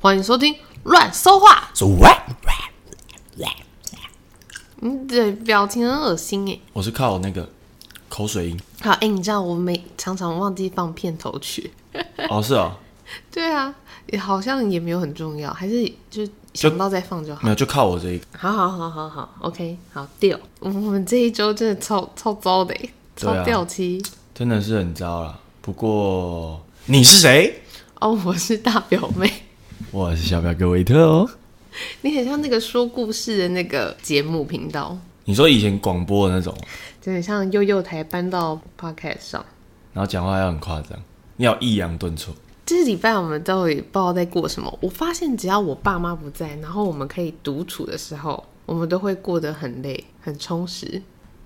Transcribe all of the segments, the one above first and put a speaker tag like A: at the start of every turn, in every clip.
A: 欢迎收听《乱说话
B: So what? What?》。
A: 你的表情很恶心哎。
B: 我是靠那个口水音。
A: 好，哎、你知道我每常常忘记放片头曲。
B: 哦，是哦，
A: 对啊，也好像也没有很重要，还是就想到再放就好。
B: 没有，就靠我这一个。
A: 好好好好好，OK，好掉。我们这一周真的超超糟的欸，
B: 对啊
A: 超掉漆。
B: 真的是很糟了。不过你是谁？
A: 哦，我是大表妹，
B: 我是小表哥维特哦。
A: 你很像那个说故事的那个节目频道，
B: 你说以前广播的那种，
A: 就很像幼幼台搬到 Podcast 上。
B: 然后讲话要很夸张，你要抑扬顿挫。
A: 这礼拜我们到底不知道在过什么？我发现只要我爸妈不在，然后我们可以独处的时候，我们都会过得很累、很充实。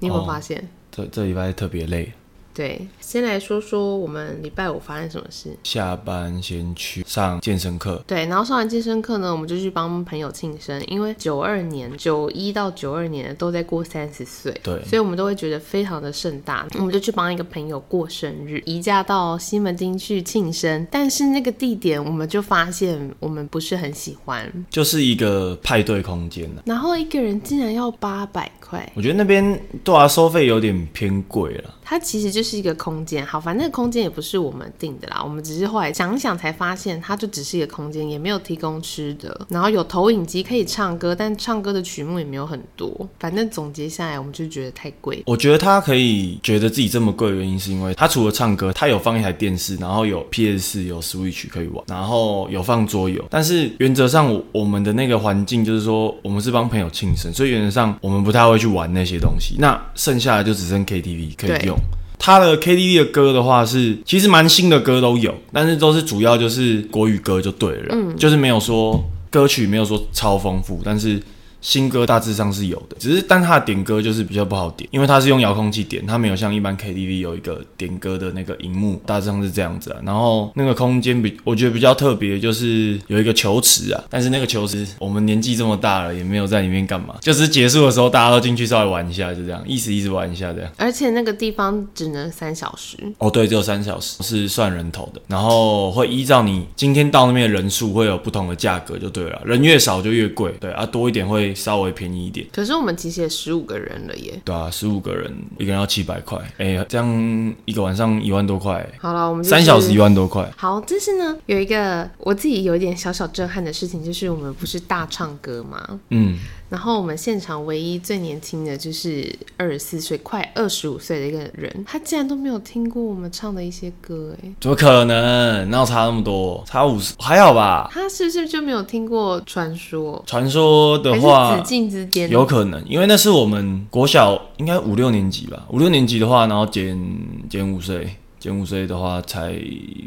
A: 你有没有
B: 哦
A: 发现？
B: 这这礼拜特别累，
A: 对，先来说说我们礼拜五发生什么事。
B: 下班先去上健身课，
A: 对，然后上完健身课呢，我们就去帮朋友庆生，因为九二年、九一到九二年都在过三十岁，
B: 对
A: 所以我们都会觉得非常的盛大。我们就去帮一个朋友过生日，移驾到西门町去庆生，但是那个地点我们就发现我们不是很喜欢，
B: 就是一个派对空间呢、
A: 然后一个人竟然要八百块，
B: 我觉得那边对啊，收费有点偏贵了。
A: 它其实就是一个空间。好，反正那个空间也不是我们定的啦，我们只是后来想想才发现，它就只是一个空间，也没有提供吃的，然后有投影机可以唱歌，但唱歌的曲目也没有很多。反正总结下来，我们就觉得太贵。
B: 我觉得他可以觉得自己这么贵的原因，是因为他除了唱歌，他有放一台电视，然后有 PS 有 Switch 可以玩，然后有放桌游。但是原则上，我我们的那个环境就是说，我们是帮朋友庆生，所以原则上我们不太会去玩那些东西。那剩下的就只剩 KTV 可
A: 对
B: 以用。他的 KTV 的歌的话是，其实蛮新的歌都有，但是都是主要就是国语歌就对了，嗯，就是没有说歌曲没有说超丰富，但是新歌大致上是有的，只是但它的点歌就是比较不好点，因为它是用遥控器点，它没有像一般 KTV 有一个点歌的那个荧幕，大致上是这样子啊。然后那个空间比我觉得比较特别，就是有一个球池啊，但是那个球池我们年纪这么大了，也没有在里面干嘛，就是结束的时候大家都进去稍微玩一下，就这样，意思意思玩一下这样。
A: 而且那个地方只能三小时，
B: 哦，对，只有三小时是算人头的，然后会依照你今天到那边的人数会有不同的价格就对了，人越少就越贵，对啊，多一点会稍微便宜一点。
A: 可是我们其实也十五个人了耶。
B: 对啊，十五个人，一个人要七百块，哎、这样一个晚上一万多块、
A: 好了，我们就
B: 三小时
A: 是
B: 一万多块，
A: 好，但是呢，有一个我自己有一点小小震撼的事情，就是我们不是大唱歌吗？
B: 嗯，
A: 然后我们现场唯一最年轻的就是二十四岁，快二十五岁的一个人，他竟然都没有听过我们唱的一些歌，哎，
B: 怎么可能？哪有差那么多？差五十还好吧？
A: 他是不是就没有听过《传说
B: 传说》的
A: 还
B: 话
A: 是，紫禁之巅？
B: 有可能，因为那是我们国小应该五六年级吧，五六年级的话，然后减减五岁，减五岁的话才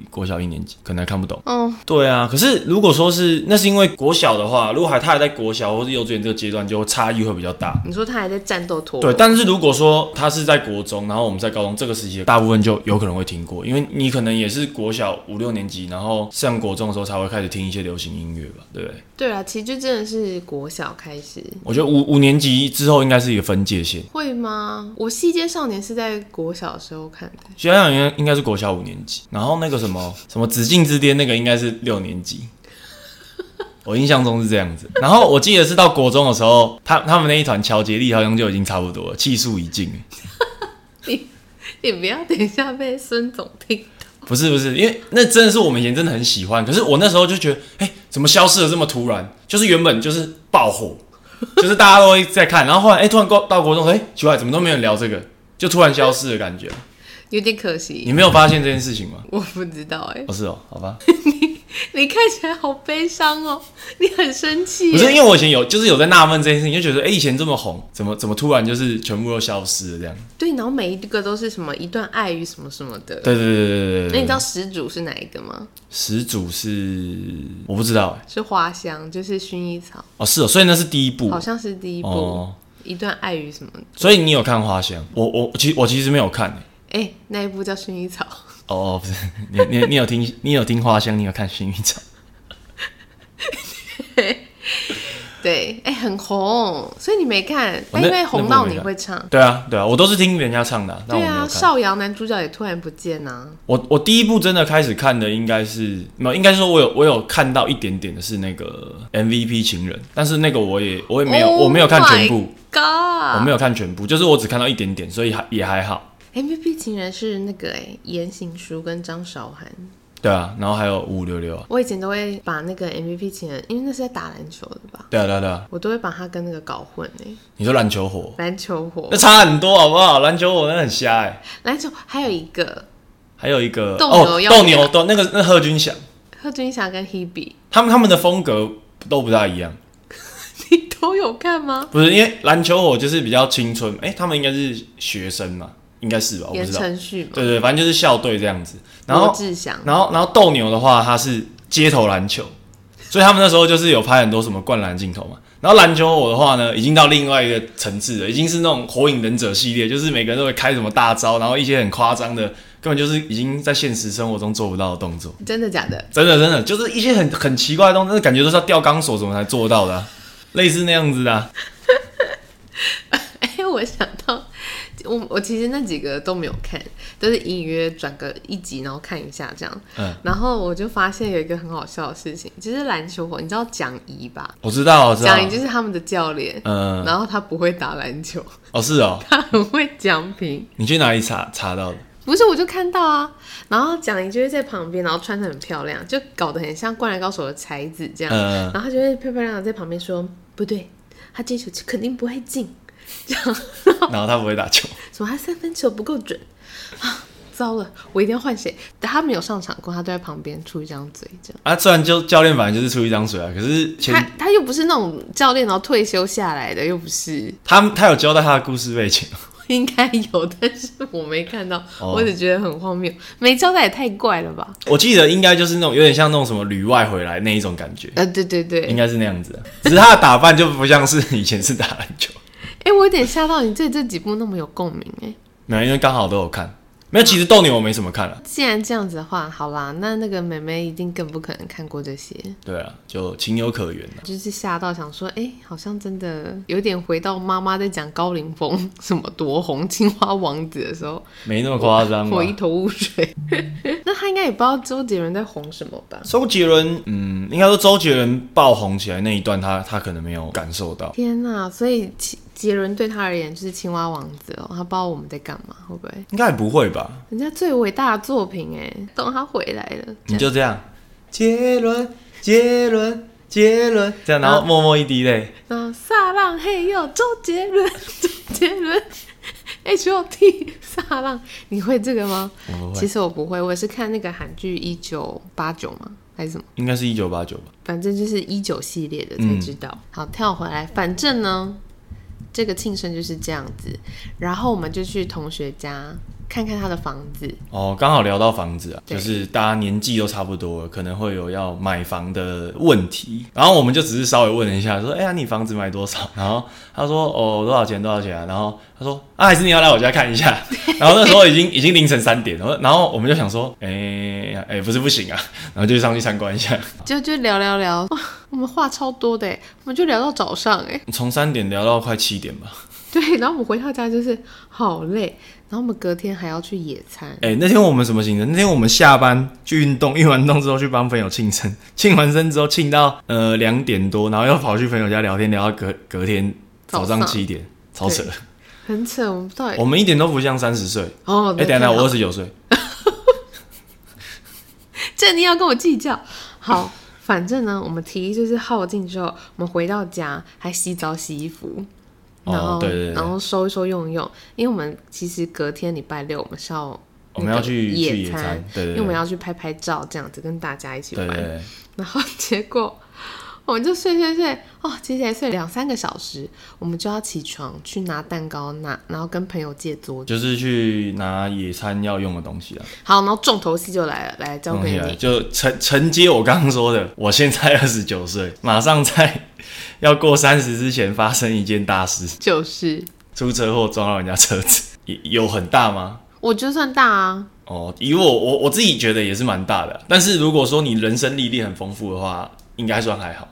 B: 国小一年级，可能还看不懂。
A: 哦，
B: 对啊，可是如果说是那是因为国小的话，如果还他还在国小或是幼稚园这个阶段，就差异会比较大。
A: 你说他还在战斗陀
B: 对，但是如果说他是在国中，然后我们在高中这个时期，大部分就有可能会听过，因为你可能也是国小五六年级，然后上国中的时候才会开始听一些流行音乐吧，对不对？
A: 对啊，其实就真的是国小开始。
B: 我觉得五五年级之后应该是一个分界线，
A: 会吗？我《西街少年》是在国小的时候看的，
B: 学长应该应该是国小五年级，然后那个什么什么紫禁之巅那个应该是六年级。我印象中是这样子，然后我记得是到国中的时候，他他们那一团乔杰利好像就已经差不多了，气数已尽了。
A: 你不要等一下被孙总听到。
B: 不是不是，因为那真的是我们以前真的很喜欢，可是我那时候就觉得，哎、怎么消失的这么突然？就是原本就是爆火，就是大家都会在看，然后后来哎、突然过到国中，哎、奇怪，怎么都没有人聊这个，就突然消失的感觉。
A: 有点可惜，
B: 你没有发现这件事情吗？
A: 我不知道哎、
B: 不是哦，好吧，
A: 你看起来好悲伤哦，你很生气耶。
B: 不是因为我以前有就是有在纳闷这件事情，就觉得哎、以前这么红，怎么怎么突然就是全部都消失了这样？
A: 对，然后每一个都是什么一段爱与什么什么的。
B: 对对对对对对
A: 那
B: 对
A: 你知道始祖是哪一个吗？
B: 始祖是我不知道哎、
A: 是花香，就是薰衣草，
B: 哦是哦，所以那是第一部
A: 好像是第一部、
B: 哦，
A: 一段爱与什么的。
B: 所以你有看花香？我我其我其实没有看、哎
A: 哎、那一部叫薰衣草，
B: 哦，不是，你你你有听你有听花香，你有看薰衣草？
A: 对，哎、很红，所以你没看，但
B: 那
A: 因为红到
B: 那部我没
A: 你
B: 看
A: 会唱。
B: 对啊，对啊，我都是听人家唱的啊、但
A: 对
B: 我没
A: 啊，
B: 有看。
A: 邵阳男主角也突然不见啊！
B: 我我第一部真的开始看的应该是没有，应该说我有我有看到一点点的是那个 MVP 情人，但是那个我也我也没有、
A: Oh
B: 我没有看全部，我
A: God，
B: 没有看全部，就是我只看到一点点，所以还也还好。
A: MVP 情人是那个哎、言行书跟张韶涵。
B: 对啊，然后还有五五六六啊，
A: 我以前都会把那个 MVP 情人，因为那是在打篮球的吧，
B: 对啊对啊对啊，
A: 我都会把它跟那个搞混哎、
B: 你说篮球火，
A: 篮球火
B: 那，差很多好不好？篮球火那很瞎哎、
A: 篮球还有一个
B: 还有一个
A: 斗牛
B: 哦
A: 要
B: 斗
A: 不
B: 牛
A: 要
B: 斗那个那贺军翔，
A: 贺军翔跟 Hebe，
B: 他们他们的风格都不大一样。
A: 你都有看吗？
B: 不是因为篮球火就是比较青春，哎、他们应该是学生嘛，应该哦是吧？我不
A: 言
B: 知道。
A: 承旭嘛，
B: 对对，反正就是校队这样子。然
A: 罗
B: 后，
A: 志祥，
B: 然后，然后斗牛的话，他是街头篮球，所以他们那时候就是有拍很多什么灌篮镜头嘛。然后篮球火的话呢，已经到另外一个层次了，已经是那种火影忍者系列，就是每个人都会开什么大招，然后一些很夸张的，根本就是已经在现实生活中做不到的动作。
A: 真的假的？
B: 真的真的，就是一些很很奇怪的东西，那感觉都是要吊钢索什么才做到的啊、类似那样子的啊、
A: 哎、我想到，我我其实那几个都没有看，都是隐约转个一集，然后看一下这样。
B: 嗯，
A: 然后我就发现有一个很好笑的事情，就是篮球火，你知道蒋怡吧？
B: 我知道，我知道
A: 蒋。怡就是他们的教练，
B: 嗯，
A: 然后他不会打篮球，
B: 哦，是哦，
A: 他很会讲评。
B: 你去哪里查查到的？
A: 不是，我就看到啊，然后蒋怡就会在旁边，然后穿的很漂亮，就搞得很像《灌篮高手》的才子这样。
B: 嗯
A: 然后他就会漂漂亮亮地在旁边说：“不对，他这球肯定不会进。” 这样，
B: 然后他不会打球，
A: 什么他三分球不够准啊！糟了，我一定要换谁？他没有上场过，他都在旁边出一张嘴这样。
B: 啊，虽然就教练反正就是出一张嘴啊，可是
A: 他
B: 前
A: 他又不是那种教练，然后退休下来的，又不是，
B: 他他有交代他的故事背景，
A: 应该有，但是我没看到，
B: 哦
A: 我只觉得很荒谬，没交代也太怪了吧？
B: 我记得应该就是那种有点像那种什么旅外回来那一种感觉，
A: 呃，对对对，
B: 应该是那样子啊、只是他的打扮就不像是以前是打篮球，
A: 哎、我有点吓到你对这几部那么有共鸣哎、
B: 没有，因为刚好都有看。没有，其实斗牛我没什么看啊了、
A: 既然这样子的话，好啦，那那个妹妹一定更不可能看过这些，
B: 对啊，就情有可原啊
A: 就是吓到想说，哎、好像真的有点回到妈妈在讲高凌风什么夺红青蛙王子的时候，
B: 没那么夸张吧
A: 我一头雾水。 那她应该也不知道周杰伦在红什么吧？
B: 周杰伦，嗯，应该说周杰伦爆红起来那一段他他可能没有感受到。
A: 天呐、所以其杰伦对他而言就是青蛙王子哦，他不知道我们在干嘛，会不会？
B: 应该也不会吧？
A: 人家最伟大的作品哎，等他回来了，
B: 你就这样，杰伦，杰伦，杰伦，这样，
A: 嗯
B: 然后默默一滴泪。
A: 然后撒浪嘿哟，周杰伦， 周杰伦，H O T 撒浪，你会这个吗？
B: 我不
A: 其
B: 会，
A: 实我不会，我是看那个韩剧《一九八九》吗？还是什么？
B: 应该是一九八九吧。
A: 反正就是一九系列的才
B: 嗯
A: 知道。好，跳回来，反正呢，这个庆生就是这样子，然后我们就去同学家看看他的房子。
B: 哦，刚好聊到房子啊，
A: 对
B: 就是大家年纪都差不多了，可能会有要买房的问题。然后我们就只是稍微问了一下，说：“哎、呀，你房子买多少？” 然后他说：“哦，多少钱？多少钱啊？”然后他说：“啊，还是你要来我家看一下。” 然后那时候已经已经凌晨三点了，然后我们就想说：“哎、哎、不是不行啊。”然后就上去参观一下。
A: 就就聊聊聊，哇，我们话超多的耶，我们就聊到早上哎。
B: 从三点聊到快七点吧。
A: 对，然后我们回到家就是好累，然后我们隔天还要去野餐。
B: 哎、那天我们什么行程？那天我们下班去运动，运完动之后去帮朋友庆生， 庆完生之后庆到呃两点多，然后又跑去朋友家聊天，聊到隔隔天
A: 早
B: 早
A: 上
B: 上七点，超扯！
A: 很扯，我们到底
B: 我们一点都不像三十岁。
A: 哎哦，
B: 哎、等一下，我二
A: 我
B: 十九岁，
A: 这你要跟我计较。好，反正呢，我们提议就是耗尽之后，我们回到家还洗澡、洗衣服，
B: 哦
A: 然后、
B: 对对对
A: 然后收一收、用一用，因为我们其实隔天礼拜六我们是要
B: 我们要去
A: 那个
B: 去
A: 野
B: 野餐，对对
A: 因为我们
B: 对，
A: 要去拍拍照，这样子跟大家一起
B: 对
A: 玩。
B: 对对，
A: 然后结果我们就睡睡睡，哦，其实才睡两三个小时，我们就要起床去拿蛋糕拿，然后跟朋友借桌子。
B: 就是去拿野餐要用的东西啊，
A: 好，然后重头戏就来了，来交
B: 东
A: 给
B: 西啊
A: 你，。
B: 就承承接我刚刚说的，我现在二十九岁， 马上在要过三十之前发生一件大事。
A: 就是
B: 出车祸撞到人家车子，也有很大吗？
A: 我觉得算大啊，
B: 哦，以我我我自己觉得也是蛮大的啊，但是如果说你人生历练很丰富的话，应该算还好。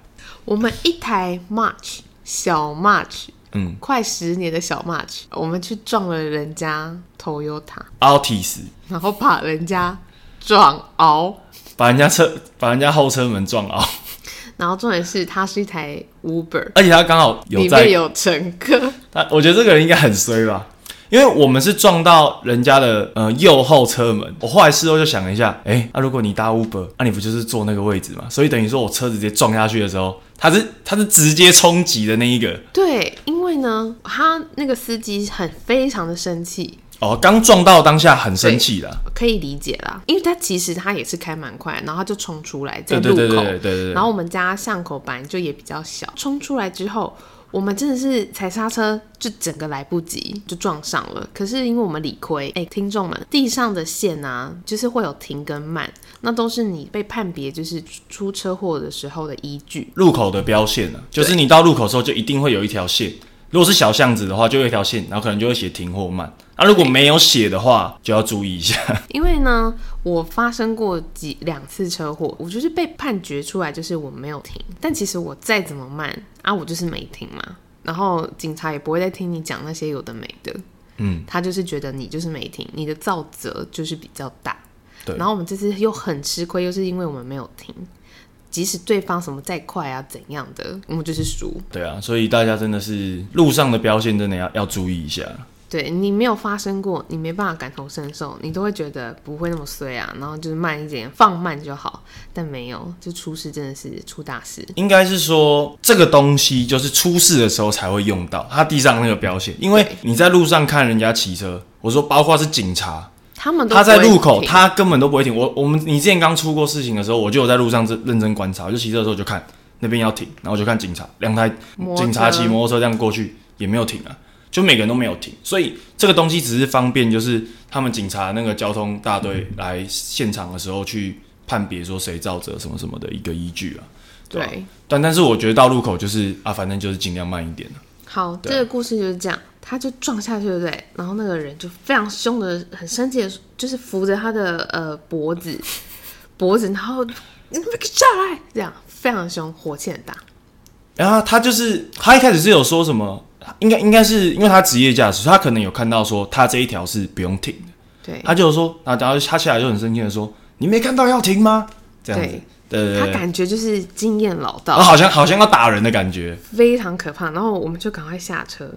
A: 我们一台 March 小 March，
B: 嗯
A: 快十年的小 March，我们去撞了人家 Toyota，
B: ，Altis
A: 然后把人家撞凹。
B: 把人家车把人家后车门撞凹，
A: 然后重点是，它是一台 Uber，
B: 而且他刚好有
A: 里
B: 在
A: 面有乘客，
B: 他，我觉得这个人应该很衰吧，因为我们是撞到人家的呃右后车门。我后来事后就想了一下，哎、那、如果你搭 Uber，那、你不就是坐那个位置嘛？所以等于说我车子直接撞下去的时候，他是他是直接冲击的那一个。
A: 对，因为呢，他那个司机很非常的生气，
B: 哦，刚撞到当下很生气啦，
A: 可以理解啦，因为他其实他也是开蛮快，然后他就冲出来在
B: 对
A: 路
B: 对
A: 口，
B: 对对对对对
A: 然
B: 对，
A: 后我们家巷口本来就也比较小，冲出来之后，我们真的是踩刹车，就整个来不及，就撞上了。可是因为我们理亏，哎，听众们，地上的线啊，就是会有停跟慢，那都是你被判别就是出车祸的时候的依据。
B: 路口的标线呢、啊，就是你到路口的时候就一定会有一条线。如果是小巷子的话，就有一条线，然后可能就会写停或慢。那、如果没有写的话，就要注意一下。
A: 因为呢，我发生过几两次车祸，我就是被判决出来就是我没有停，但其实我再怎么慢啊，我就是没停嘛。然后警察也不会再听你讲那些有的没的，
B: 嗯，
A: 他就是觉得你就是没停，你的造责就是比较大。
B: 对
A: 然后我们这次又很吃亏，又是因为我们没有停，即使对方什么再快啊怎样的，我们就是输。
B: 对啊，所以大家真的是路上的标线真的要要注意一下。
A: 对你没有发生过，你没办法感同身受，你都会觉得不会那么衰啊，然后就是慢一点，放慢就好。但没有，就出事真的是出大事。
B: 应该是说这个东西就是出事的时候才会用到，它地上那个标线，因为你在路上看人家骑车，我说包括是警察，
A: 他们都
B: 他在
A: 不会
B: 路口
A: 停
B: 他根本都不会停。我我们你之前刚出过事情的时候，我就有在路上认认真观察，我就骑车的时候就看那边要停，然后我就看警察两台
A: 摩托车
B: 警察骑摩托车这样过去也没有停啊，就每个人都没有停，所以这个东西只是方便，就是他们警察那个交通大队来现场的时候去判别说谁造责什么什么的一个依据啊。对啊
A: 对，
B: 但但是我觉得到路口就是啊，反正就是尽量慢一点啊
A: 好，
B: 对啊
A: 这个故事就是这样，他就撞下去，对不对？然后那个人就非常凶的、很生气的，就是扶着他的呃脖子，脖子，然后你们下来，这样非常凶，火气很大。
B: 然后他就是他一开始是有说什么，应该应该是因为他职业驾驶，他可能有看到说他这一条是不用停的，
A: 对，
B: 他就说，然后然后他下来就很生气的说，你没看到要停吗？这样子
A: 对，
B: 对对
A: 他
B: 对对，
A: 感觉就是经验老道
B: 然后。好像好像要打人的感觉，
A: 非常可怕。然后我们就赶快下车，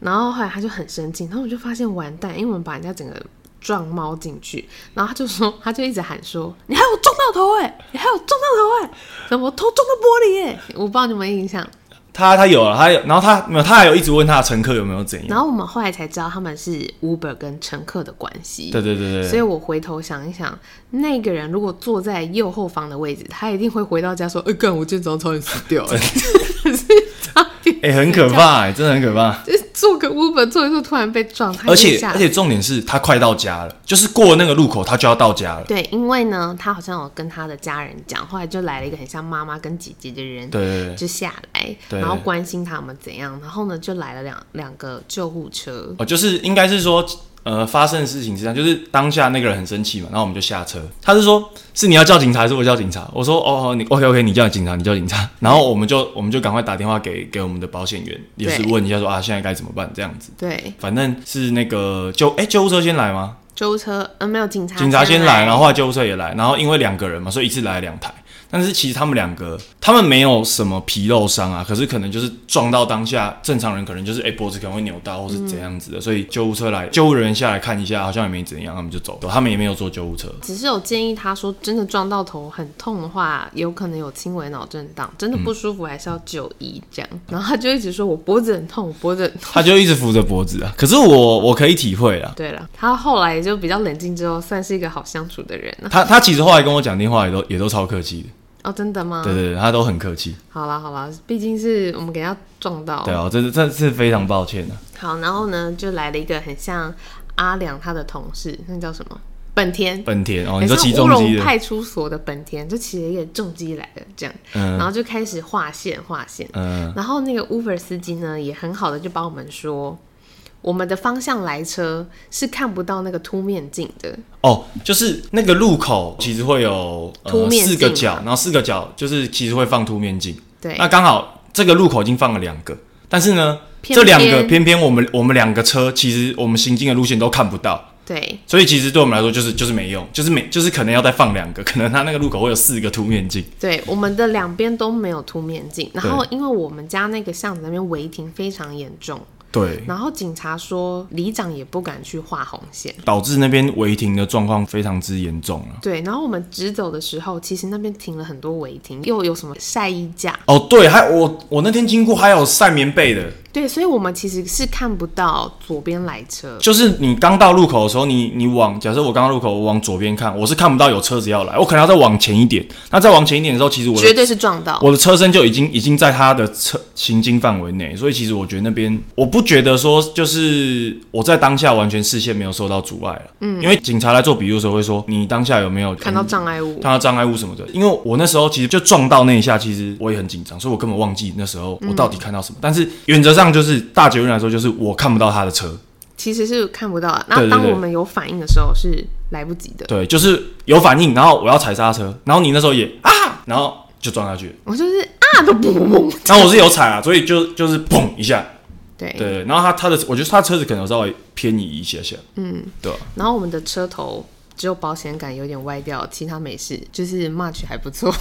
A: 然后后来他就很生气，然后我就发现完蛋，因为我们把人家整个撞猫进去，然后他就说，他就一直喊说：“你还有撞到头哎、你还有撞到头哎、怎么头撞到玻璃哎、我不知道你有没有印象。
B: 他他有了，他有，然后他没有，他还有一直问他的乘客有没有怎样，
A: 然后我们后来才知道他们是 Uber 跟乘客的关系。
B: 对对对对
A: 所
B: 对，
A: 以我回头想一想，那个人如果坐在右后方的位置，他一定会回到家说：“哎、干，我今天早上差点死 掉、欸。”是差点
B: 哎、很可怕、哎，真的很可怕。
A: 就是做个 Uber 做一做，突然被撞，他
B: 而
A: 一
B: 且
A: 下
B: 而且重点是他快到家了，就是过那个路口他就要到家了。
A: 对，因为呢，他好像有跟他的家人讲，后来就来了一个很像妈妈跟姐姐的人，
B: 对对对，
A: 就下来，
B: 对
A: 然后关心他们怎样，然后呢就来了两两个救护车，
B: 哦，就是应该是说，呃，发生的事情是这样，就是当下那个人很生气嘛，然后我们就下车。他是说，是你要叫警察，还是我叫警察？我说，哦，哦你 OK OK，你叫警察，你叫警察。然后我们就我们就赶快打电话给给我们的保险员，也是
A: 对
B: 问一下说啊，现在该怎么办这样子。
A: 对，
B: 反正是那个救哎、救护车先来吗？
A: 救护车，呃，没有警察，
B: 警察先来，
A: 来，
B: 然后后来救护车也来，然后因为两个人嘛，所以一次来两台。但是其实他们两个，他们没有什么皮肉伤啊，可是可能就是撞到当下，正常人可能就是哎、脖子可能会扭到或是怎样子的，所以救护车来，救护人员下来看一下，好像也没怎样，他们就走，他们也没有坐救护车。
A: 只是有建议他说，真的撞到头很痛的话，有可能有轻微脑震荡，真的不舒服还是要就医这样。然后他就一直说我脖子很痛，我脖子很痛。
B: 嗯他就一直扶着脖子啊，可是我 我可以体会啊，
A: 对了，他后来就比较冷静之后，算是一个好相处的人了。
B: 他他其实后来跟我讲电话也都也都超客气的，
A: 哦，真的吗？
B: 对对对，他都很客气，
A: 好啦好啦，毕竟是我们给他撞到。
B: 对啊，这是这是非常抱歉的、啊，
A: 好，然后呢，就来了一个很像阿良他的同事，那叫什么？本田。
B: 本田哦，
A: 很
B: 你说
A: 像
B: 起
A: 乌
B: 重机
A: 龙
B: 的，
A: 派出所的本田就骑了一个重机来了，这样，然
B: 嗯
A: 后就开始划线划线，
B: 嗯，
A: 然后那个 Uber 司机呢也很好的就帮我们说，我们的方向来车是看不到那个凸面镜的，
B: 哦，就是那个路口其实会有
A: 凸
B: 呃
A: 面镜
B: 四个角，
A: 嘛
B: 然后四个角就是其实会放凸面镜，
A: 对
B: 那刚好这个路口已经放了两个，但是呢，
A: 偏
B: 这两个
A: 偏
B: 偏偏我们我们两个车其实我们行进的路线都看不到，
A: 对
B: 所以其实对我们来说就是就是没用，就是没就是可能要再放两个，可能它那个路口会有四个凸面镜。
A: 对，我们的两边都没有凸面镜，然后因为我们家那个巷子那边违停非常严重，
B: 对，
A: 然后警察说里长也不敢去画红线。
B: 导致那边违停的状况非常之严重啊了、
A: 对，然后我们直走的时候，其实那边停了很多违停，又有什么晒衣架，
B: 哦，对，还我我那天经过还有晒棉被的，
A: 对，所以我们其实是看不到左边来车。
B: 就是你刚到路口的时候，你你往假设我刚到路口，我往左边看，我是看不到有车子要来，我可能要再往前一点。那再往前一点的时候，其实我
A: 绝
B: 的
A: 对是撞到，
B: 我的车身就已经已经在他的车行经范围内，所以其实我觉得那边我不觉得说就是我在当下完全视线没有受到阻碍了，嗯，因为警察来做笔录的时候会说你当下有没有嗯
A: 看到障碍物，
B: 看到障碍物什么的，因为我那时候其实就撞到那一下，其实我也很紧张，所以我根本忘记那时候
A: 嗯
B: 我到底看到什么。但是原则上就是大结论来说，就是我看不到他的车，
A: 其实是看不到的。那
B: 对对
A: 当
B: 对
A: 我们有反应的时候是来不及的。
B: 对，就是有反应，然后我要踩刹车，然后你那时候也啊，然后就撞下去了，
A: 我就是啊，都不不
B: 然后我是有踩啊，所以就就是砰一下，
A: 对。
B: 对，然后他他的，我觉得他车子可能有稍微偏移一些些，嗯，对啊、
A: 然后我们的车头只有保险杆有点歪掉，其他没事，就是 March 还不错。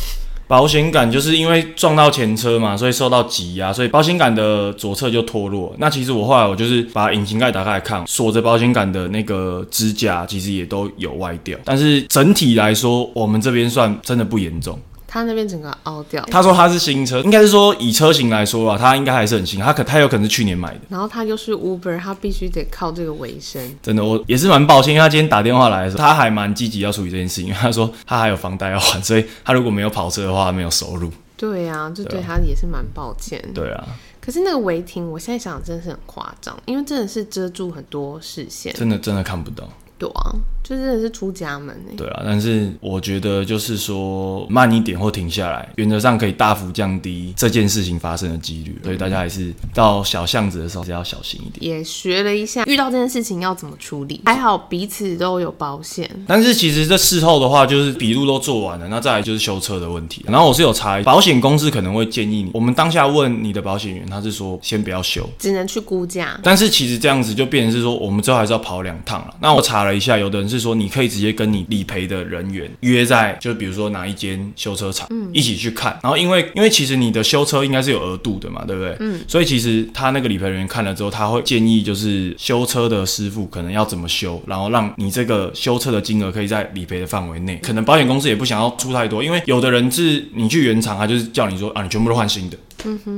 B: 保险杆就是因为撞到前车嘛，所以受到挤压，所以保险杆的左侧就脱落。那其实我后来我就是把引擎盖打开来看，锁着保险杆的那个支架其实也都有歪掉，但是整体来说，我们这边算真的不严重。
A: 他那边整个凹掉，
B: 他说他是新车，应该是说以车型来说啊，他应该还是很新，他可他有可能是去年买的。
A: 然后他又是 Uber，他必须得靠这个为生。
B: 真的，我也是蛮抱歉，因为他今天打电话来的时候，他还蛮积极要处理这件事情，因为他说他还有房贷要还，所以他如果没有跑车的话，他没有收入。
A: 对啊，这对他也是蛮抱歉。
B: 对啊，
A: 可是那个违停，我现在想真的是很夸张，因为真的是遮住很多视线。
B: 真的真的看不到。
A: 对啊，就真的是出家门哎、
B: 对啊，但是我觉得就是说慢一点或停下来，原则上可以大幅降低这件事情发生的几率，所以大家还是到小巷子的时候还是要小心一点。
A: 也学了一下遇到这件事情要怎么处理，还好彼此都有保险。
B: 但是其实这事后的话，就是笔录都做完了，那再来就是修车的问题。然后我是有查，保险公司可能会建议你，我们当下问你的保险员，他是说先不要修，
A: 只能去估价，
B: 但是其实这样子就变成是说，我们之后还是要跑两趟了。那我查了一下，有的人是说，你可以直接跟你理赔的人员约在，就比如说哪一间修车厂，一起去看。然后因为因为其实你的修车应该是有额度的嘛，对不对？嗯。所以其实他那个理赔人员看了之后，他会建议就是修车的师傅可能要怎么修，然后让你这个修车的金额可以在理赔的范围内。可能保险公司也不想要出太多，因为有的人是你去原厂，他就是叫你说啊，你全部都换新的。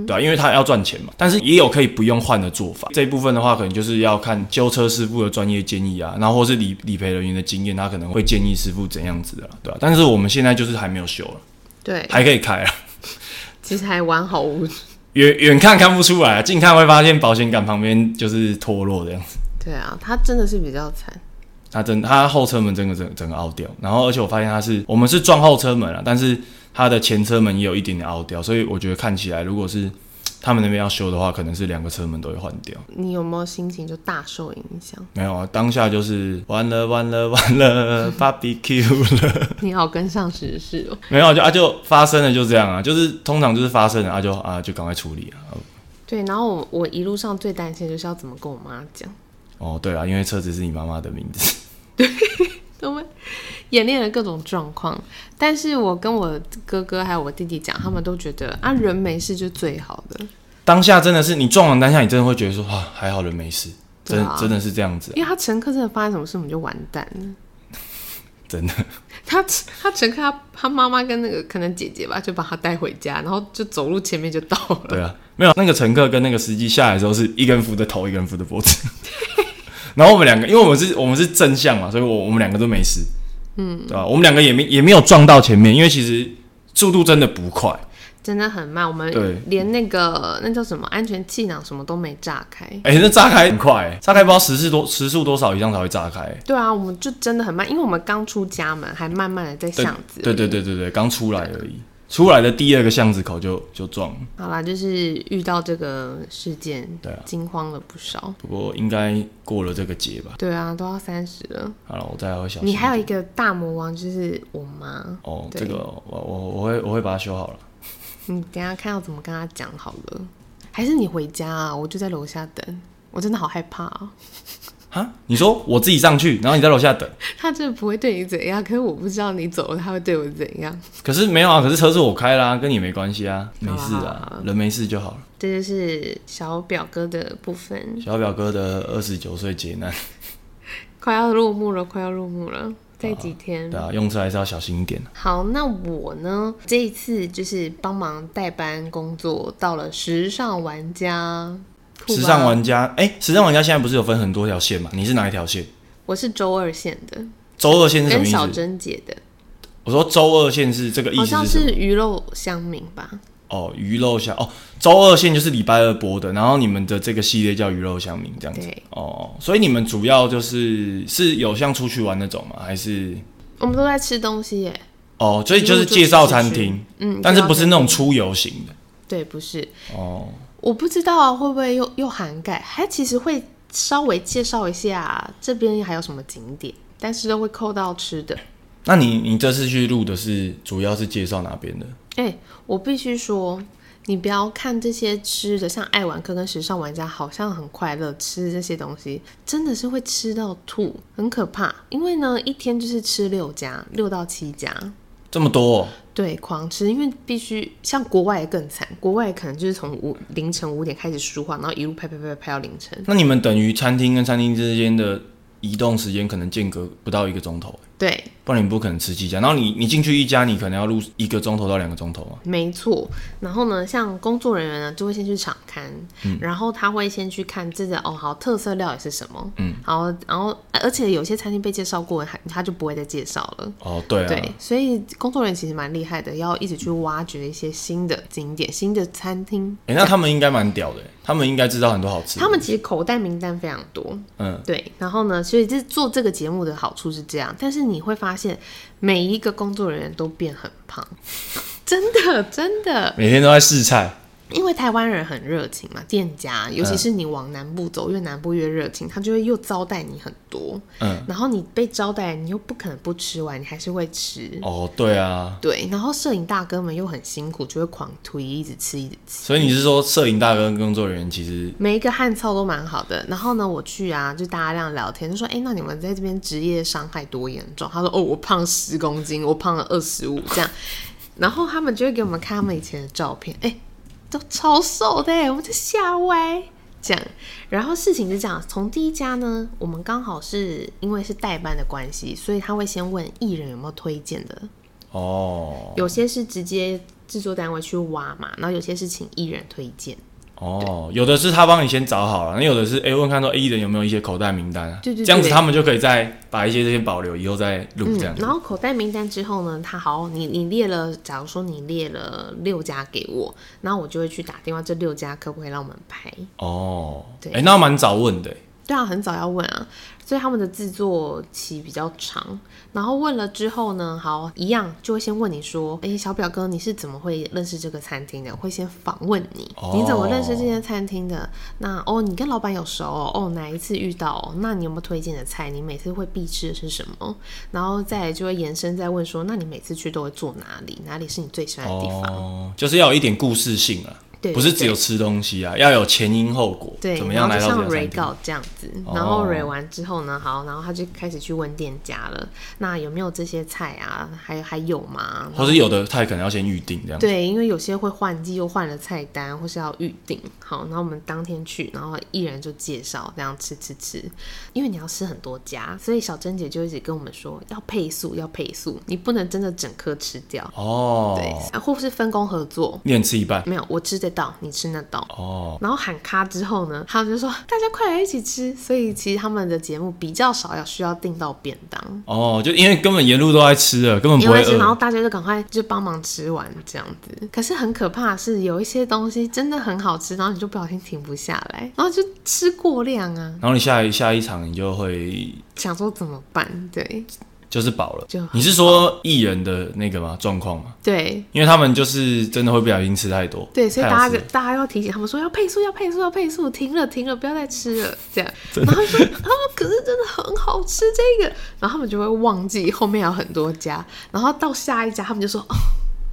B: 对、啊，因为他要赚钱嘛。但是也有可以不用换的做法，这一部分的话，可能就是要看修车师傅的专业建议啊，然后或是理理赔人员的经验，他可能会建议师傅怎样子的、啦，对啊。但是我们现在就是还没有修了，
A: 对，
B: 还可以开啊。
A: 其实还完好无损。
B: 远远看看不出来啊，近看会发现保险杆旁边就是脱落这样子。
A: 对啊，他真的是比较惨。
B: 它真，它后车门整个整整个凹掉，然后而且我发现它是我们是撞后车门啊，但是它的前车门也有一点点凹掉，所以我觉得看起来如果是他们那边要修的话，可能是两个车门都会换掉。
A: 你有没有心情就大受影响？
B: 没有啊，当下就是完了完了完 了，barbecue 了。
A: 你好跟上时事哦。
B: 没有啊就啊就发生了就这样啊，就是通常就是发生了啊就啊就赶快处理啊。
A: 对，然后我我一路上最担心的就是要怎么跟我妈讲，
B: 哦对啊，因为车子是你妈妈的名字，
A: 我们演练了各种状况，但是我跟我哥哥还有我弟弟讲，他们都觉得啊人没事就最好的，
B: 当下真的是你撞完当下，你真的会觉得说哇还好人没事，真
A: 对
B: 的、
A: 啊
B: 真的是这样子啊、
A: 因为他乘客真的发生什么事我们就完蛋了。
B: 真的。
A: 他他乘客他他妈妈跟那个可能姐姐吧，就把他带回家，然后就走路前面就到了。
B: 对啊，没有那个乘客跟那个司机下来的时候是一个人扶着头，一个人扶着脖子。 然后我们两个，因为我们是我们是正向嘛，所以我我们两个都没事，嗯，对吧、我们两个也没也没有撞到前面，因为其实速度真的不快，
A: 真的很慢，我们
B: 对
A: 连那个那叫什么安全气囊什么都没炸开。
B: 哎、那炸开很快、炸开不知道时速多时速多少以上才会炸开、
A: 对啊，我们就真的很慢，因为我们刚出家门，还慢慢的在巷子。
B: 对对对对对，刚出来而已，出来的第二个巷子口就就撞了，
A: 好啦，就是遇到这个事件，
B: 对啊
A: 惊慌了不少。
B: 不过应该过了这个节吧。
A: 对啊，都要三十了，
B: 好了，我再会小心。
A: 你还有一个大魔王就是我妈，
B: 哦，
A: 对
B: 这个我我我会我会把它修好了。
A: 你等一下看要怎么跟他讲好了，还是你回家啊？我就在楼下等，我真的好害怕啊！
B: 哈，你说我自己上去，然后你在楼下等，
A: 他真的不会对你怎样，可是我不知道你走了他会对我怎样。
B: 可是没有啊，可是车是我开啦、跟你没关系啊，没事
A: 好啊好
B: 啊，人没事就好了。
A: 这就是小表哥的部分，
B: 小表哥的二十九岁劫难，
A: 快要落幕了，快要落幕了，再几天
B: 对。啊，用词还是要小心一点啊。
A: 好，那我呢？这一次就是帮忙代班工作，到了时尚玩家。酷吧
B: 时尚，玩家，哎、时尚玩家现在不是有分很多条线嘛？你是哪一条线？
A: 我是周二线的，
B: 周二线是什
A: 跟
B: 么
A: 小
B: 意思？
A: 珍姐的，
B: 我说周二线是这个意
A: 好
B: 思
A: 像
B: 是什么？
A: 是鱼肉乡民吧？
B: 哦，鱼肉香哦，周二线就是礼拜二播的，然后你们的这个系列叫鱼肉香民这样子
A: 对。
B: 哦，所以你们主要就是是有像出去玩那种吗？还是
A: 我们都在吃东西耶，
B: 哦，所以就是介绍餐厅，
A: 嗯，
B: 但是不是那
A: 种
B: 种出游型的
A: 对，不是，
B: 哦。
A: 我不知道啊，会不会又又涵盖？它其实会稍微介绍一下这边还有什么景点，但是都会扣到吃的。
B: 那你你这次去录的是主要是介绍哪边的？
A: 哎、我必须说，你不要看这些吃的，像爱玩客跟时尚玩家好像很快乐吃这些东西，真的是会吃到吐，很可怕。因为呢，一天就是吃六家，六到七家。
B: 这么多哦、
A: 对，狂吃，因为必须像国外更惨，国外可能就是从五凌晨五点开始说话，然后一路拍拍拍拍到凌晨。
B: 那你们等于餐厅跟餐厅之间的移动时间可能间隔不到一个钟头，
A: 对，
B: 不然你不可能吃几家。然后你你进去一家，你可能要录一个钟头到两个钟头嘛。
A: 没错，然后呢，像工作人员呢，就会先去场刊，
B: 嗯
A: 然后他会先去看这个哦，好特色料理是什么，嗯，然后然后呃而且有些餐厅被介绍过，他他就不会再介绍了。
B: 哦，对啊，
A: 对，所以工作人员其实蛮厉害的，要一直去挖掘一些新的景点、新的餐厅。
B: 哎、那他们应该蛮屌的，他们应该知道很多好吃的。
A: 他们其实口袋名单非常多，
B: 嗯，
A: 对，然后呢，所以这做这个节目的好处是这样，但是你会发现每一个工作人员都变很胖， 真的真的，
B: 每天都在试菜，
A: 因为台湾人很热情嘛，店家，
B: 嗯
A: 尤其是你往南部走，越南部越热情，他就会又招待你很多。
B: 嗯，
A: 然后你被招待，你又不可能不吃完，你还是会吃。
B: 哦，对啊，
A: 对，然后摄影大哥们又很辛苦，就会狂推，一直吃，一直吃。
B: 所以你是说摄影大哥跟工作人员其实
A: 每一个汉操都蛮好的，然后呢，我去啊，就大家这样聊天，就说，哎、那你们在这边职业伤害多严重？他说，哦，我胖十公斤，我胖了二十五这样，然后他们就会给我们看他们以前的照片，哎、都超瘦的、我们在夏威这样。然后事情是这样，从第一家呢，我们刚好是因为是代班的关系，所以他会先问艺人有没有推荐的
B: 哦
A: 有些是直接制作单位去挖嘛，然后有些是请艺人推荐。
B: 哦，有的是他帮你先找好了，那有的是哎、问看说哎艺人有没有一些口袋名单啊？
A: 对对对
B: 这样子他们就可以再把一些这些保留，以后再录这
A: 嗯，
B: 样子。
A: 然后口袋名单之后呢，他好，你你列了，假如说你列了六家给我，然后我就会去打电话，这六家可不可以让我们拍？
B: 哦，
A: 对
B: 哎、那蛮早问的，
A: 对啊，很早要问啊，所以他们的制作期比较长。然后问了之后呢，好，一样就会先问你说，哎，小表哥，你是怎么会认识这个餐厅的？会先访问你，
B: 哦
A: 你怎么认识这间餐厅的？那哦，你跟老板有熟哦，哦哪一次遇到、哦？那你有没有推荐的菜？你每次会必吃的是什么？然后再来就会延伸再问说，那你每次去都会做哪里？哪里是你最喜欢的地方？
B: 哦，就是要有一点故事性啊，
A: 对
B: 不是只有吃东西啊，要有前因后果，
A: 对，
B: 怎么样来
A: 然
B: 到
A: 后
B: 这
A: 就像
B: 个
A: re
B: 餐厅？
A: 告这样子，然后
B: 哦
A: re 完之后呢，好，然后他就开始去问店家了，那有没有这些菜啊？还还有吗？
B: 或是有的菜可能要先预定这样。
A: 对，因为有些会换季，又换了菜单，或是要预定。好，然后我们当天去，然后一人就介绍，这样吃吃吃。因为你要吃很多家，所以小珍姐就一直跟我们说要配速，要配速，你不能真的整颗吃掉。
B: 哦，
A: 对，啊或是分工合作，
B: 你很吃一半
A: 没有我吃得到，你吃得到。
B: 哦，
A: 然后喊咔之后呢，他们就说大家快来一起吃，所以其实他们的节目比较少要需要订到便当，
B: 哦，就因为根本沿路都在吃了，根本
A: 因
B: 不会
A: 为是然后
B: 饿。
A: 大家就赶快就帮忙吃完这样子。可是很可怕的是，有一些东西真的很好吃，然后你就不小心停不下来，然后就吃过量啊，
B: 然后你下一下一场你就会
A: 想说怎么办？对
B: 就是饱了
A: 就很。
B: 你是说艺人的那个吗？状况吗？
A: 对
B: 因为他们就是真的会不小心吃太多，
A: 对，所以
B: 太
A: 大
B: 好吃
A: 家
B: 了
A: 大家要提醒他们说要配速，要配速，要配速，停了停了，不要再吃了这样。然后就说啊，可是真的很好吃这个，然后他们就会忘记后面还有很多家，然后到下一家他们就说哦。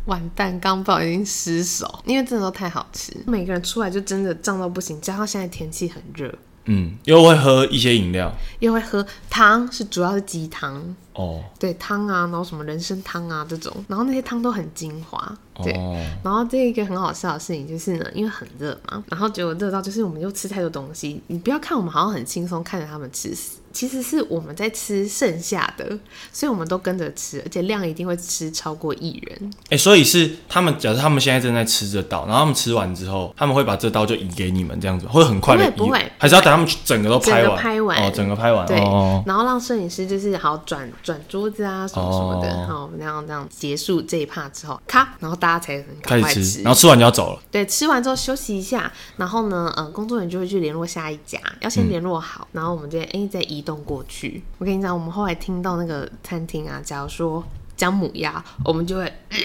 A: 完蛋，刚宝已经失手，因为真的都太好吃，每个人出来就真的胀到不行，加上现在天气很热，
B: 嗯，又会喝一些饮料
A: 又会喝汤，是主要是鸡汤，
B: 哦
A: 对汤啊，然后什么人参汤啊这种，然后那些汤都很精华，对。
B: 哦，
A: 然后这一个很好笑的事情就是呢，因为很热嘛，然后结果热到就是我们又吃太多东西。你不要看我们好像很轻松看着他们吃，其实是我们在吃剩下的，所以我们都跟着吃，而且量一定会吃超过一人。
B: 哎、所以是他们，假设他们现在正在吃这道，然后他们吃完之后，他们会把这道就移给你们，这样子会很快的移，
A: 不会不会
B: 还是要等他们整个都拍
A: 整
B: 完，
A: 个拍完
B: 哦，整个拍完，
A: 对，
B: 哦，
A: 然后让摄影师就是好转转桌子啊什么什么的，
B: 哦
A: 然后那样那样结束这一趴之后，咔，然后大家才很
B: 开
A: 赶快
B: 始吃，然后吃完就要走了，
A: 对，吃完之后休息一下，然后呢，呃，工作人员就会去联络下一家，要先联络好，然后我们就哎、再移动过去。我跟你讲，我们后来听到那个餐厅啊，假如说姜母鸭，我们就会，呃、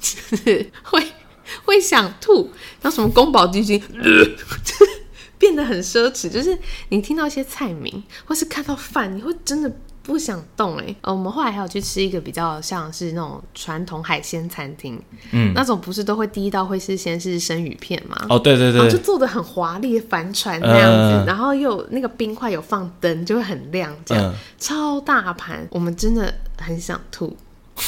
A: 就是 会会想吐，然后什么宫保鸡丁。呃 就是变得很奢侈，就是你听到一些菜名，或是看到饭，你会真的不想动哎、欸。呃，我们后来还有去吃一个比较像是那种传统海鲜餐厅，
B: 嗯
A: 那种不是都会第一道会是先是生鱼片吗？
B: 哦，对对
A: 然后就
B: 对，
A: 做的很华丽，帆船那样子，
B: 嗯
A: 然后又那个冰块有放灯，就会很亮，这样、
B: 嗯
A: 超大盘，我们真的很想吐，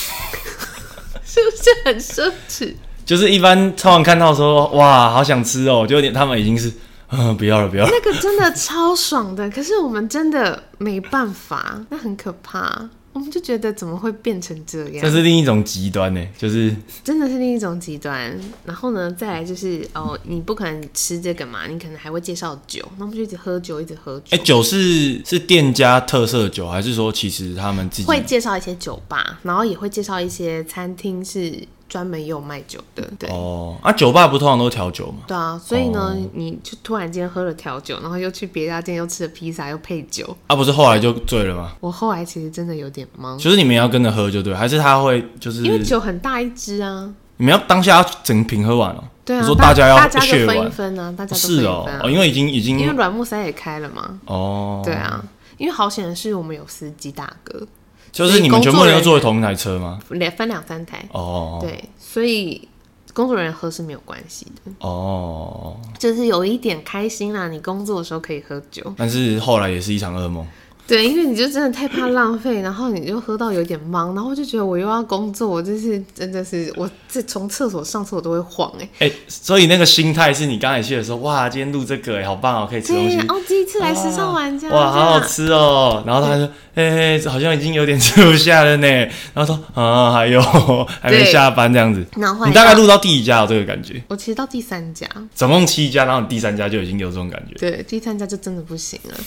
A: 是不是很奢侈？
B: 就是一般超人看到说，哇，好想吃哦，就有点他们已经是，嗯，不要了，不要 了，
A: 那个真的超爽的，可是我们真的没办法，那很可怕。我们就觉得怎么会变成这
B: 这
A: 样，
B: 是另一种极端呢，就是
A: 真的是另一种极端。然后呢，再来就是哦，你不可能吃这个嘛，你可能还会介绍酒，那我们就一直喝酒，一直喝酒。
B: 哎、酒是是店家特色酒，还是说其实他们自己
A: 会介绍一些酒吧，然后也会介绍一些餐厅是专门有卖酒的，对。
B: 哦，啊，酒吧不通常都调酒吗？
A: 对啊，所以呢，你就突然间喝了调酒，然后又去别家店又吃了披萨又配酒，
B: 啊，不是后来就醉了吗？
A: 我后来其实真的有点懵，
B: 就是你们也要跟着喝就对，还是他会就是
A: 嗯因为酒很大一支啊，
B: 你们要当下要整瓶喝完哦。
A: 对啊，
B: 我说
A: 大
B: 家要
A: 大家
B: 血
A: 都分一
B: 完，
A: 分啊，大家都分一
B: 是
A: 分
B: 哦
A: 啊，，
B: 哦，因为已经已
A: 因为
B: 经
A: 软木塞也开了嘛，
B: 哦，
A: 对，啊，因为好险的是我们有司机大哥，
B: 就是你们全部
A: 所以
B: 人
A: 工
B: 都
A: 作
B: 坐
A: 人员
B: 同一台车吗？
A: 两分两三台，
B: 哦
A: 对，所以工作人员喝是没有关系的，
B: 哦，
A: 就是有一点开心啦，你工作的时候可以喝酒，
B: 但是后来也是一场噩梦。
A: 对，因为你就真的太怕浪费，然后你就喝到有点懵，然后就觉得我又要工作，我就是真的是我这从厕所上厕所都会晃哎、欸。
B: 哎，所以那个心态是你刚才去的时候，哇，今天录这个哎，好棒哦，可以吃东
A: 对
B: 西，，
A: 哦，第一次来时尚玩家，
B: 哇，
A: 这样
B: 好好吃哦。然后他就说，哎，好像已经有点吃不下了呢。然后说，啊，还有 还没
A: 对
B: 下班这样子。
A: 然后后来
B: 你大概
A: 到
B: 录到第几家有这个感觉？
A: 我其实到第三家，
B: 总共七家，然后你第三家就已经有这种感觉。
A: 对，第三家就真的不行了。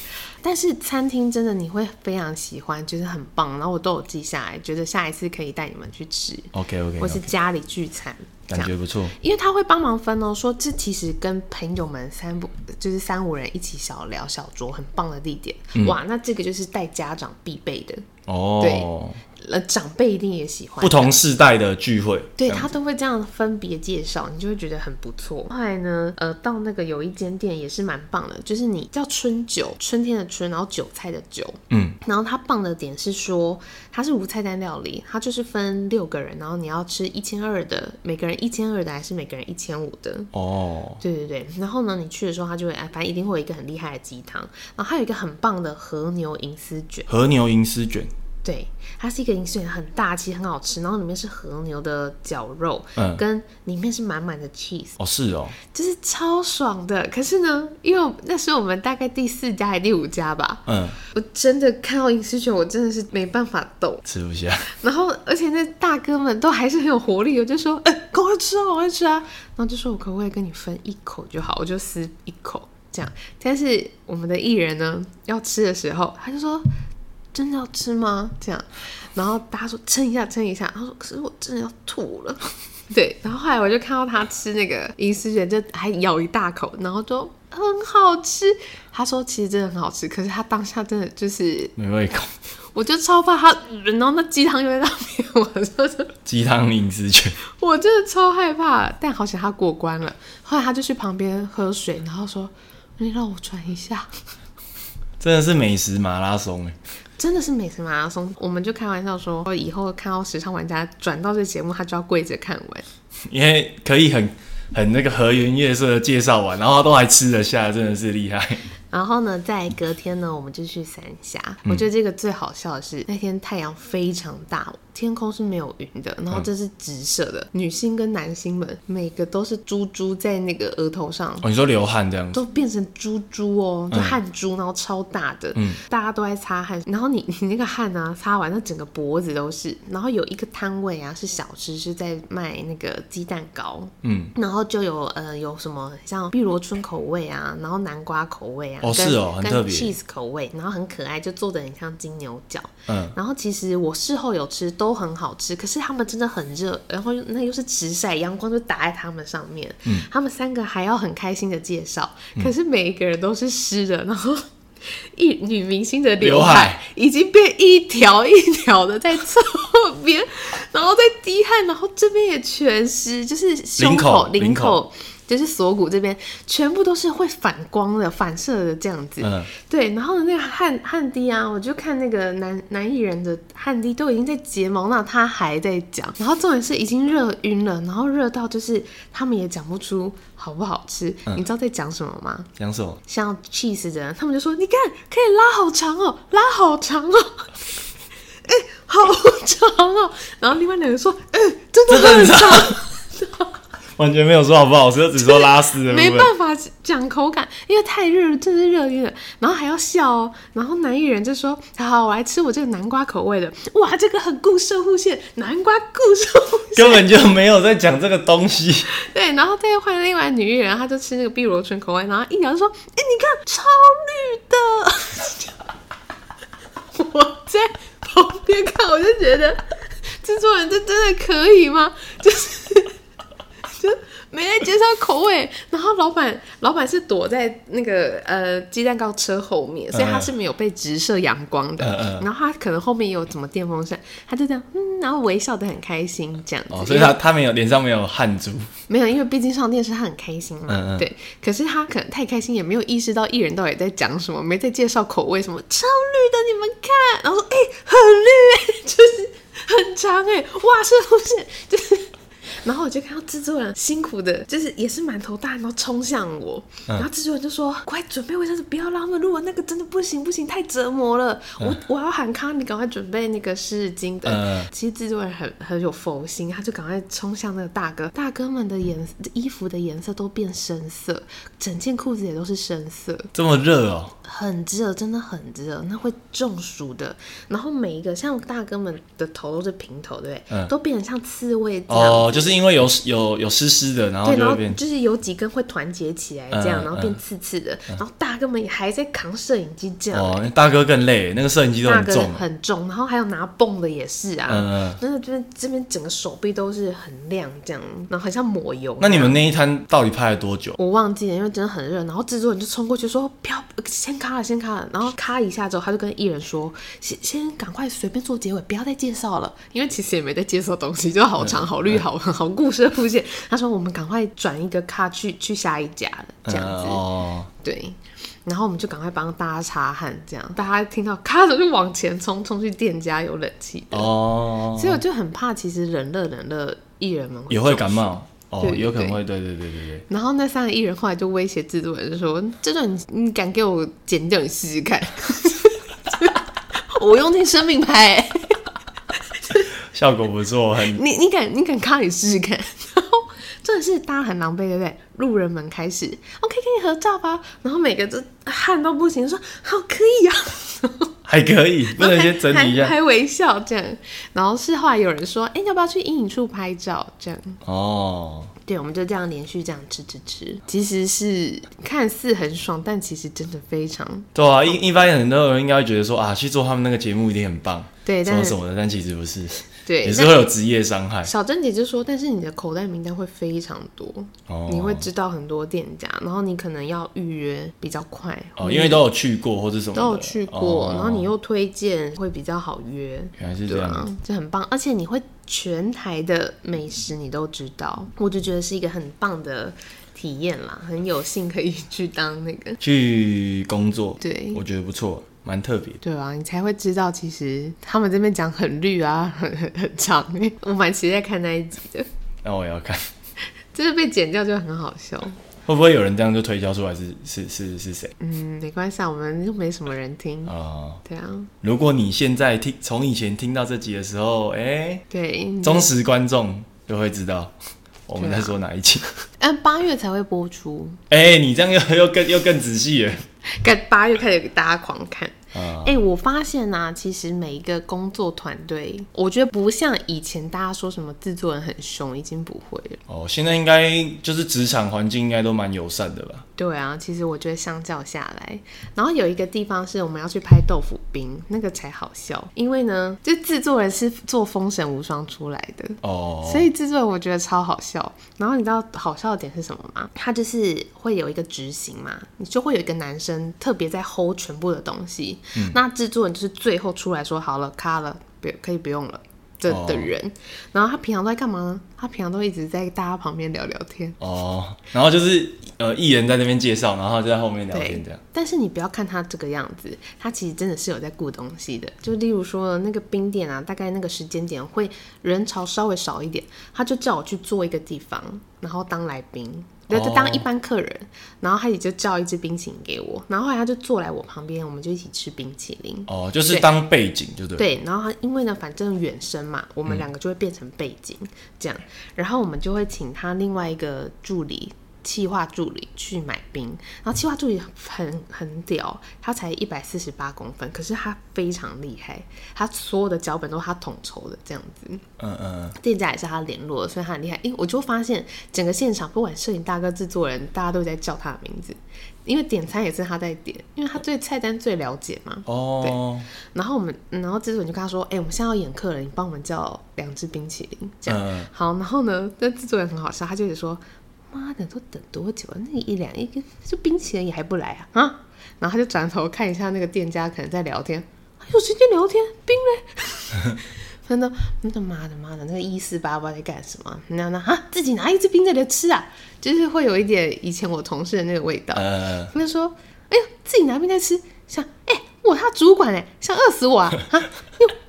A: 但是餐厅真的你会非常喜欢，就是很棒。然后我都有记下来，觉得下一次可以带你们去吃，
B: OK OK，
A: 或是家里聚餐这
B: 哦感
A: 样。
B: 觉不错。
A: 因为他会帮忙分哦，说这其实跟朋友们三不就是三五人一起小聊小酌，很棒的地点。
B: 嗯
A: 哇，那这个就是带家长必备的，
B: 哦，
A: 呃，长辈一定也喜欢。
B: 不同世代的聚会，
A: 对
B: 这样
A: 他都会这样分别介绍，你就会觉得很不错。后来呢，呃，到那个有一间店也是蛮棒的，就是你叫春酒，春天的春，然后韭菜的韭，
B: 嗯，
A: 然后它棒的点是说它是无菜单料理，它就是分六个人，然后你要吃一千二的，每个人一千二的还是每个人一千五的？
B: 哦，
A: 对对对，然后呢，你去的时候，他就会哎，反正一定会有一个很厉害的鸡汤，然后还有一个很棒的和牛银丝卷，
B: 和牛银丝卷，
A: 对，它是一个银丝卷，很大，其实很好吃，然后里面是和牛的绞肉，
B: 嗯
A: 跟里面是满满的 cheese，
B: 哦是哦，
A: 就是超爽的。可是呢，因为那时候我们大概第四家还是第五家吧，
B: 嗯，
A: 我真的看到银丝卷，我真的是没办法动。
B: 吃不下，
A: 然后，而且那大哥们都还是很有活力，我就说，哎、赶快吃啊，赶快吃啊！然后就说我可不可以跟你分一口就好，我就撕一口这样。但是我们的艺人呢，要吃的时候，他就说，真的要吃吗？这样，然后大家说撑一下，撑一下。他说，可是我真的要吐了。 对，然后后来我就看到他吃那个银丝卷，就还咬一大口，然后就很好吃。他说其实真的很好吃，可是他当下真的就是
B: 没胃口，
A: 我就超怕他，然后那鸡汤又在那边，我就是
B: 鸡汤银丝卷，
A: 我真的超害怕，但好险他过关了。后来他就去旁边喝水，然后说：“你让我喘一下。”
B: 真的是美食马拉松哎、
A: 真的是美食马拉松，我们就开玩笑说，以后看到时尚玩家转到这个节目，他就要跪着看完。
B: 因为可以很很那个和颜悦色的介绍完，然后都还吃得下，真的是厉害。
A: 然后呢，在隔天呢，我们就去三峡。我觉得这个最好笑的是，那天太阳非常大，天空是没有云的，然后这是直射的。女星跟男星们每个都是珠珠在那个额头上，
B: 哦，你说流汗这样子，
A: 都变成珠珠哦，就汗珠，然后超大的，大家都在擦汗。然后你你那个汗啊，擦完，那整个脖子都是。然后有一个摊位啊，是小吃，是在卖那个鸡蛋糕，
B: 嗯，
A: 然后就有呃有什么像碧螺春口味啊，然后南瓜口味啊，
B: 哦
A: 跟
B: 是哦很
A: 跟
B: 特别
A: cheese 口味，然后很可爱，就做的很像金牛角。
B: 嗯，
A: 然后其实我事后有吃，都很好吃，可是他们真的很热，然后又那又是直晒，阳光就打在他们上面。嗯，他们三个还要很开心的介绍，
B: 嗯
A: 可是每一个人都是湿的，然后。一女明星的刘
B: 刘海
A: 已经变一条一条的在侧边，然后在滴汗，然后这边也全湿，就是胸
B: 领口
A: 口、领
B: 领口
A: 口，就是锁骨这边全部都是会反光的、反射的这样子。
B: 嗯
A: 对，然后那个汗汗滴啊，我就看那个男男艺人的汗滴都已经在睫毛那，他还在讲。然后重点是已经热晕了，然后热到就是他们也讲不出好不好吃。
B: 嗯
A: 你知道在讲什么吗？
B: 讲什么？
A: 像 cheese 的人，他们就说：“你看，可以拉好长哦，拉好长哦， 哎、好长哦。”然后另外两个说：“哎、真的
B: 真的很
A: 很长。”
B: 完全没有说好不好吃，只说拉丝的部
A: 没
B: 分。
A: 办法讲口感，因为太热了，真的是热晕了。然后还要笑哦，然后男艺人就说：“好好，我来吃我这个南瓜口味的，哇，这个很顾射护线，南瓜顾射护线。”
B: 根本就没有在讲这个东西，
A: 对，然后再换另外女艺人，她就吃那个碧螺春口味，然后一聊就说：“哎、你看超绿的。” 我在旁边看，我就觉得制作人这真的可以吗？就是就没在介绍口味，然后老板老板是躲在那个呃鸡蛋糕车后面，所以他是没有被直射阳光的。
B: 嗯嗯
A: 然后他可能后面也有什么电风扇，他就这样嗯，然后微笑的很开心这样子。
B: 哦，所以他他没有脸上没有汗珠，
A: 没有，因为毕竟上电视他很开心嘛，
B: 嗯嗯
A: 对。可是他可能太开心，也没有意识到艺人到底在讲什么，没在介绍口味什么超绿的，你们看，然后说哎、很绿， 就是很长哎、哇是不是？就是，然后我就看到制作人辛苦的，就是也是满头大汗，然后冲向我，
B: 嗯
A: 然后制作人就说快准备卫生纸，不要让他们录了，那个真的不行不行，太折磨了，我我要喊卡，你赶快准备那个湿纸巾的。
B: 嗯
A: 其实制作人很很有佛心，他就赶快冲向那个大哥，大哥们的颜衣服的颜色都变深色，整件裤子也都是深色，
B: 这么热哦，
A: 很热，真的很热，那会中暑的。然后每一个像大哥们的头都是平头，对不对？
B: 嗯
A: 都变得像刺猬这样。
B: 哦，就是因为有有有湿湿的，然后
A: 对，然
B: 就
A: 后
B: 会变，
A: 就是有几根会团结起来，这样，
B: 嗯
A: 然后
B: 嗯
A: 变刺刺的，然后大哥们也还在扛摄影机这样，
B: 哦，那大哥更累，那个摄影机都
A: 那
B: 很
A: 个
B: 重，
A: 很重，然后还有拿泵的也是啊，
B: 嗯嗯
A: 那个就是这边整个手臂都是很亮这样，然后很像抹油。
B: 那你们那一摊到底拍了多久？
A: 我忘记了，因为真的很热，然后制作人就冲过去说不要，先卡了，先卡了，然后咔一下之后，他就跟艺人说先先赶快随便做结尾，不要再介绍了，因为其实也没在介绍东西，就好长好绿好好故事的路线。他说我们赶快转一个卡去去下一家了，这样
B: 嗯
A: 子。
B: 哦，
A: 对，然后我们就赶快帮大家擦汗，这样大家听到咔的就往前冲，冲去店家有冷气的，
B: 哦，
A: 所以我就很怕，其实冷热冷热艺人们
B: 也会感冒哦
A: 对，对
B: 有可能会，对对对对对。
A: 然后那三个艺人后来就威胁制作人说：“这段你你敢给我剪掉，你试试看，我用尽生命拍、
B: 效果不错，很
A: 你你敢你敢卡你试试看。”然后真的是大家很狼狈，对不对？路人们开始 OK 跟你合照吧，然后每个都汗到不行，说好可以啊，
B: 还可以，不能先整
A: 还还
B: 理一下
A: 还微笑这样。然后是后来有人说：“哎，你要不要去阴影处拍照？”这样。
B: 哦。
A: 对，我们就这样连续这样吃吃吃，其实是看似很爽，但其实真的非常
B: 对啊，一一般很多人应该会觉得说啊，去做他们那个节目一定很棒，
A: 对
B: 什么
A: 但
B: 什么的，但其实不是，
A: 对。
B: 也是
A: 但
B: 会有职业伤害。
A: 小珍姐就说，但是你的口袋名单会非常多，
B: 哦
A: 你会知道很多店家，然后你可能要预约比较快，
B: 哦，因为都有去过或者什么的，
A: 都有去过，
B: 哦
A: 然后你又推荐会比较好约。
B: 原来是这
A: 对
B: 样
A: 啊
B: 子，，
A: 这很棒，而且你会全台的美食你都知道，我就觉得是一个很棒的体验啦，很有幸可以去当那个，
B: 去工作，
A: 对
B: 我觉得不错，蛮特别的。
A: 对啊，你才会知道其实他们这边讲很绿啊， 很很很长，欸我蛮期待看那一集的，
B: 那我也要看，
A: 就是被剪掉就很好笑。
B: 会不会有人这样就推销出来是是是是谁
A: 嗯，没关系啊，我们又没什么人听。
B: 啊、
A: 对啊，
B: 如果你现在听从以前听到这集的时候，哎、
A: 对，
B: 忠实观众就会知道
A: 啊
B: 我们在说哪一集。
A: 嗯，八月才会播出，
B: 哎、你这样又又更又更仔细了。
A: 看八月开始大家狂看。
B: 啊、
A: 哎、我发现呐、其实每一个工作团队，我觉得不像以前大家说什么制作人很凶，已经不会了。
B: 哦，现在应该就是职场环境应该都蛮友善的吧？
A: 对啊，其实我觉得相较下来，然后有一个地方是我们要去拍豆腐冰，那个才好笑，因为呢，就制作人是做《封神无双》出来的，
B: 哦，
A: 所以制作人我觉得超好笑。然后你知道好笑的点是什么吗？他就是会有一个执行嘛，你就会有一个男生特别在 hold 全部的东西，
B: 嗯
A: 那制作人就是最后出来说好了，卡了，别可以不用了。这
B: 哦
A: 的人然后他平常都在干嘛呢？他平常都一直在大家旁边聊聊天，
B: 哦，然后就是呃，艺人在那边介绍，然后就在后面聊天
A: 对
B: 这样。，
A: 但是你不要看他这个样子，他其实真的是有在顾东西的。就例如说那个冰店啊，大概那个时间点会人潮稍微少一点，他就叫我去做一个地方，然后当来宾。然后就
B: 哦
A: 当一般客人然后他也就叫一支冰淇淋给我，然后后来他就坐来我旁边，我们就一起吃冰淇淋。
B: 哦，就是
A: 对
B: 当背景，就对。，
A: 对，然后他因为呢，反正远声嘛，我们两个就会变成背景、这样，然后我们就会请他另外一个助理。企划助理去买冰，然后企划助理很很屌，他才一百四十八公分，可是他非常厉害，他所有的脚本都是他统筹的这样子。
B: 嗯嗯，
A: 店家也是他联络的，所以他很厉害。因为我就发现整个现场，不管摄影大哥、制作人，大家都在叫他的名字，因为点餐也是他在点，因为他对菜单最了解嘛。
B: 哦，
A: 然后我们，嗯然后制作人就跟他说：“哎、我们现在要演客人，你帮我们叫两只冰淇淋。”这样、
B: 嗯
A: 好。然后呢，那制作人很好笑，他就一直说：“妈的，都等多久了？那一两一个就冰淇淋也还不来啊啊！”然后他就转头看一下那个店家，可能在聊天，还有时间聊天，冰嘞。 真的，真的妈的妈的，那个一四八不知道在干什么？那那啊，自己拿一支冰在那吃啊，就是会有一点以前我同事的那个味道。
B: 呃，
A: 他就说：“哎呦，自己拿冰在吃，想哎、我他主管哎、想饿死我啊 啊！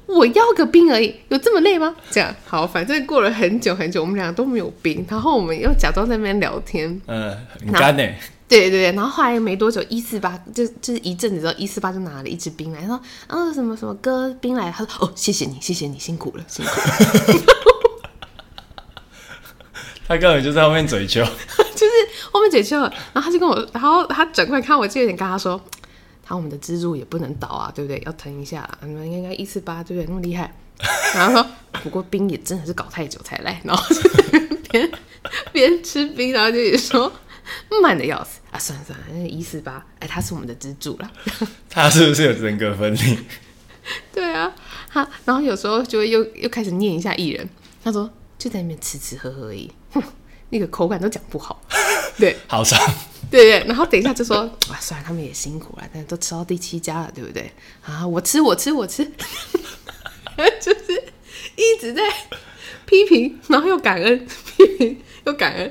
A: 又我要个冰而已，有这么累吗？这样好，反正过了很久很久，我们俩都没有冰，然后我们又假装在那边聊天，
B: 呃，很干呢、
A: 对对对，然后后来没多久，一四八就就是一阵子之后，一四八就拿了一支冰来，说啊什么什么哥冰来了，他说哦谢谢你谢谢你辛苦了辛苦了，
B: 他根本就在后面嘴 求。
A: 就是后面解救了，然后他就跟我，然后他转过来看我，就有点跟他说，他我们的支柱也不能倒啊，对不对？要疼一下啦，你们应该一四八对不对？那么厉害，然后说不过冰也真的是搞太久才来，然后就在那边边吃冰，然后就也说慢的要死啊，算了算了，那一四八，哎，他是我们的支柱啦。
B: 他是不是有人格分裂？
A: 对啊，他然后有时候就会又又开始念一下艺人，他说就在那边吃吃喝喝而已， 哼，那个口感都讲不好，对。
B: 好伤，
A: 对对，然后等一下就 说啊，虽然他们也辛苦了，但都吃到第七家了，对不对？啊，我吃我吃我吃， 就是一直在批评，然后又感恩， 批评又感恩，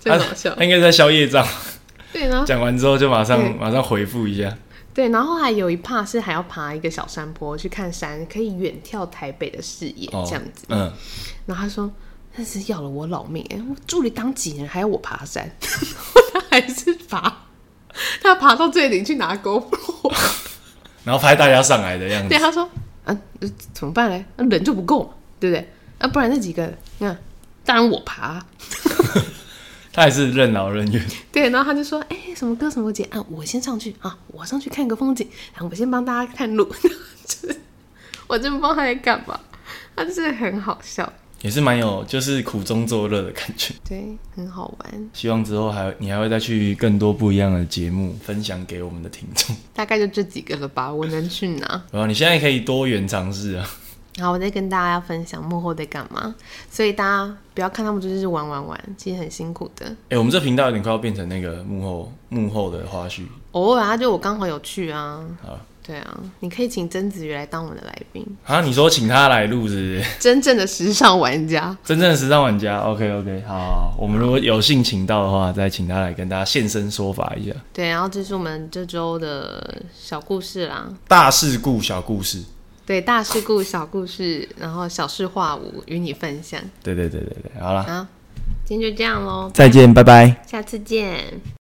A: 真
B: 他
A: 的好笑
B: 他。应该在消业障。
A: 对，然后
B: 哎讲完之后就马上
A: 嗯
B: 马上回复一下。
A: 对，然后还有一趴是还要爬一个小山坡去看山，可以远眺台北的视野，
B: 哦，
A: 这样子。
B: 嗯，
A: 然后他说：“那是要了我老命、欸，我助理当几年还要我爬山， 他还是爬，他爬到最顶去拿 GoPro。”
B: 然后拍大家上来的样子
A: 对，。他说，啊，呃怎么办嘞？那人就不够嘛，对不对？啊，不然那几个，你看，当然我爬啊、
B: 他也是任劳任怨。
A: 对，然后他就说，哎、什么哥什么姐啊，我先上去啊，我上去看个风景，然后我先帮大家探路， 就是我真不知道他在干嘛，他就是很好笑，
B: 也是蛮有就是苦中作乐的感觉。
A: 对，很好玩，
B: 希望之后还你还会再去更多不一样的节目分享给我们的听众。
A: 大概就这几个了吧，我能去哪？
B: 然后你现在可以多元尝试啊。
A: 然后我再跟大家分享幕后在干嘛，所以大家不要看他们就是玩玩玩，其实很辛苦的。
B: 哎、我们这频道有点快要变成那个幕后幕后的花絮
A: 偶尔啊，就我刚好有去啊，
B: 啊。
A: 对啊，你可以请曾子瑜来当我们的来宾，
B: 啊，你说请他来录是不是？
A: 真正的时尚玩家。
B: 真正的时尚玩家，OK OK，好好好，我们如果有幸请到的话，再请他来跟大家现身说法一下。
A: 对，然后这是我们这周的小故事啦。
B: 大事故小故事，
A: 对，大事故、小故事，然后小事化无，与你分享。
B: 对对对对对，好啦，
A: 好，今天就这样喽，
B: 再见，拜拜。
A: 下次见。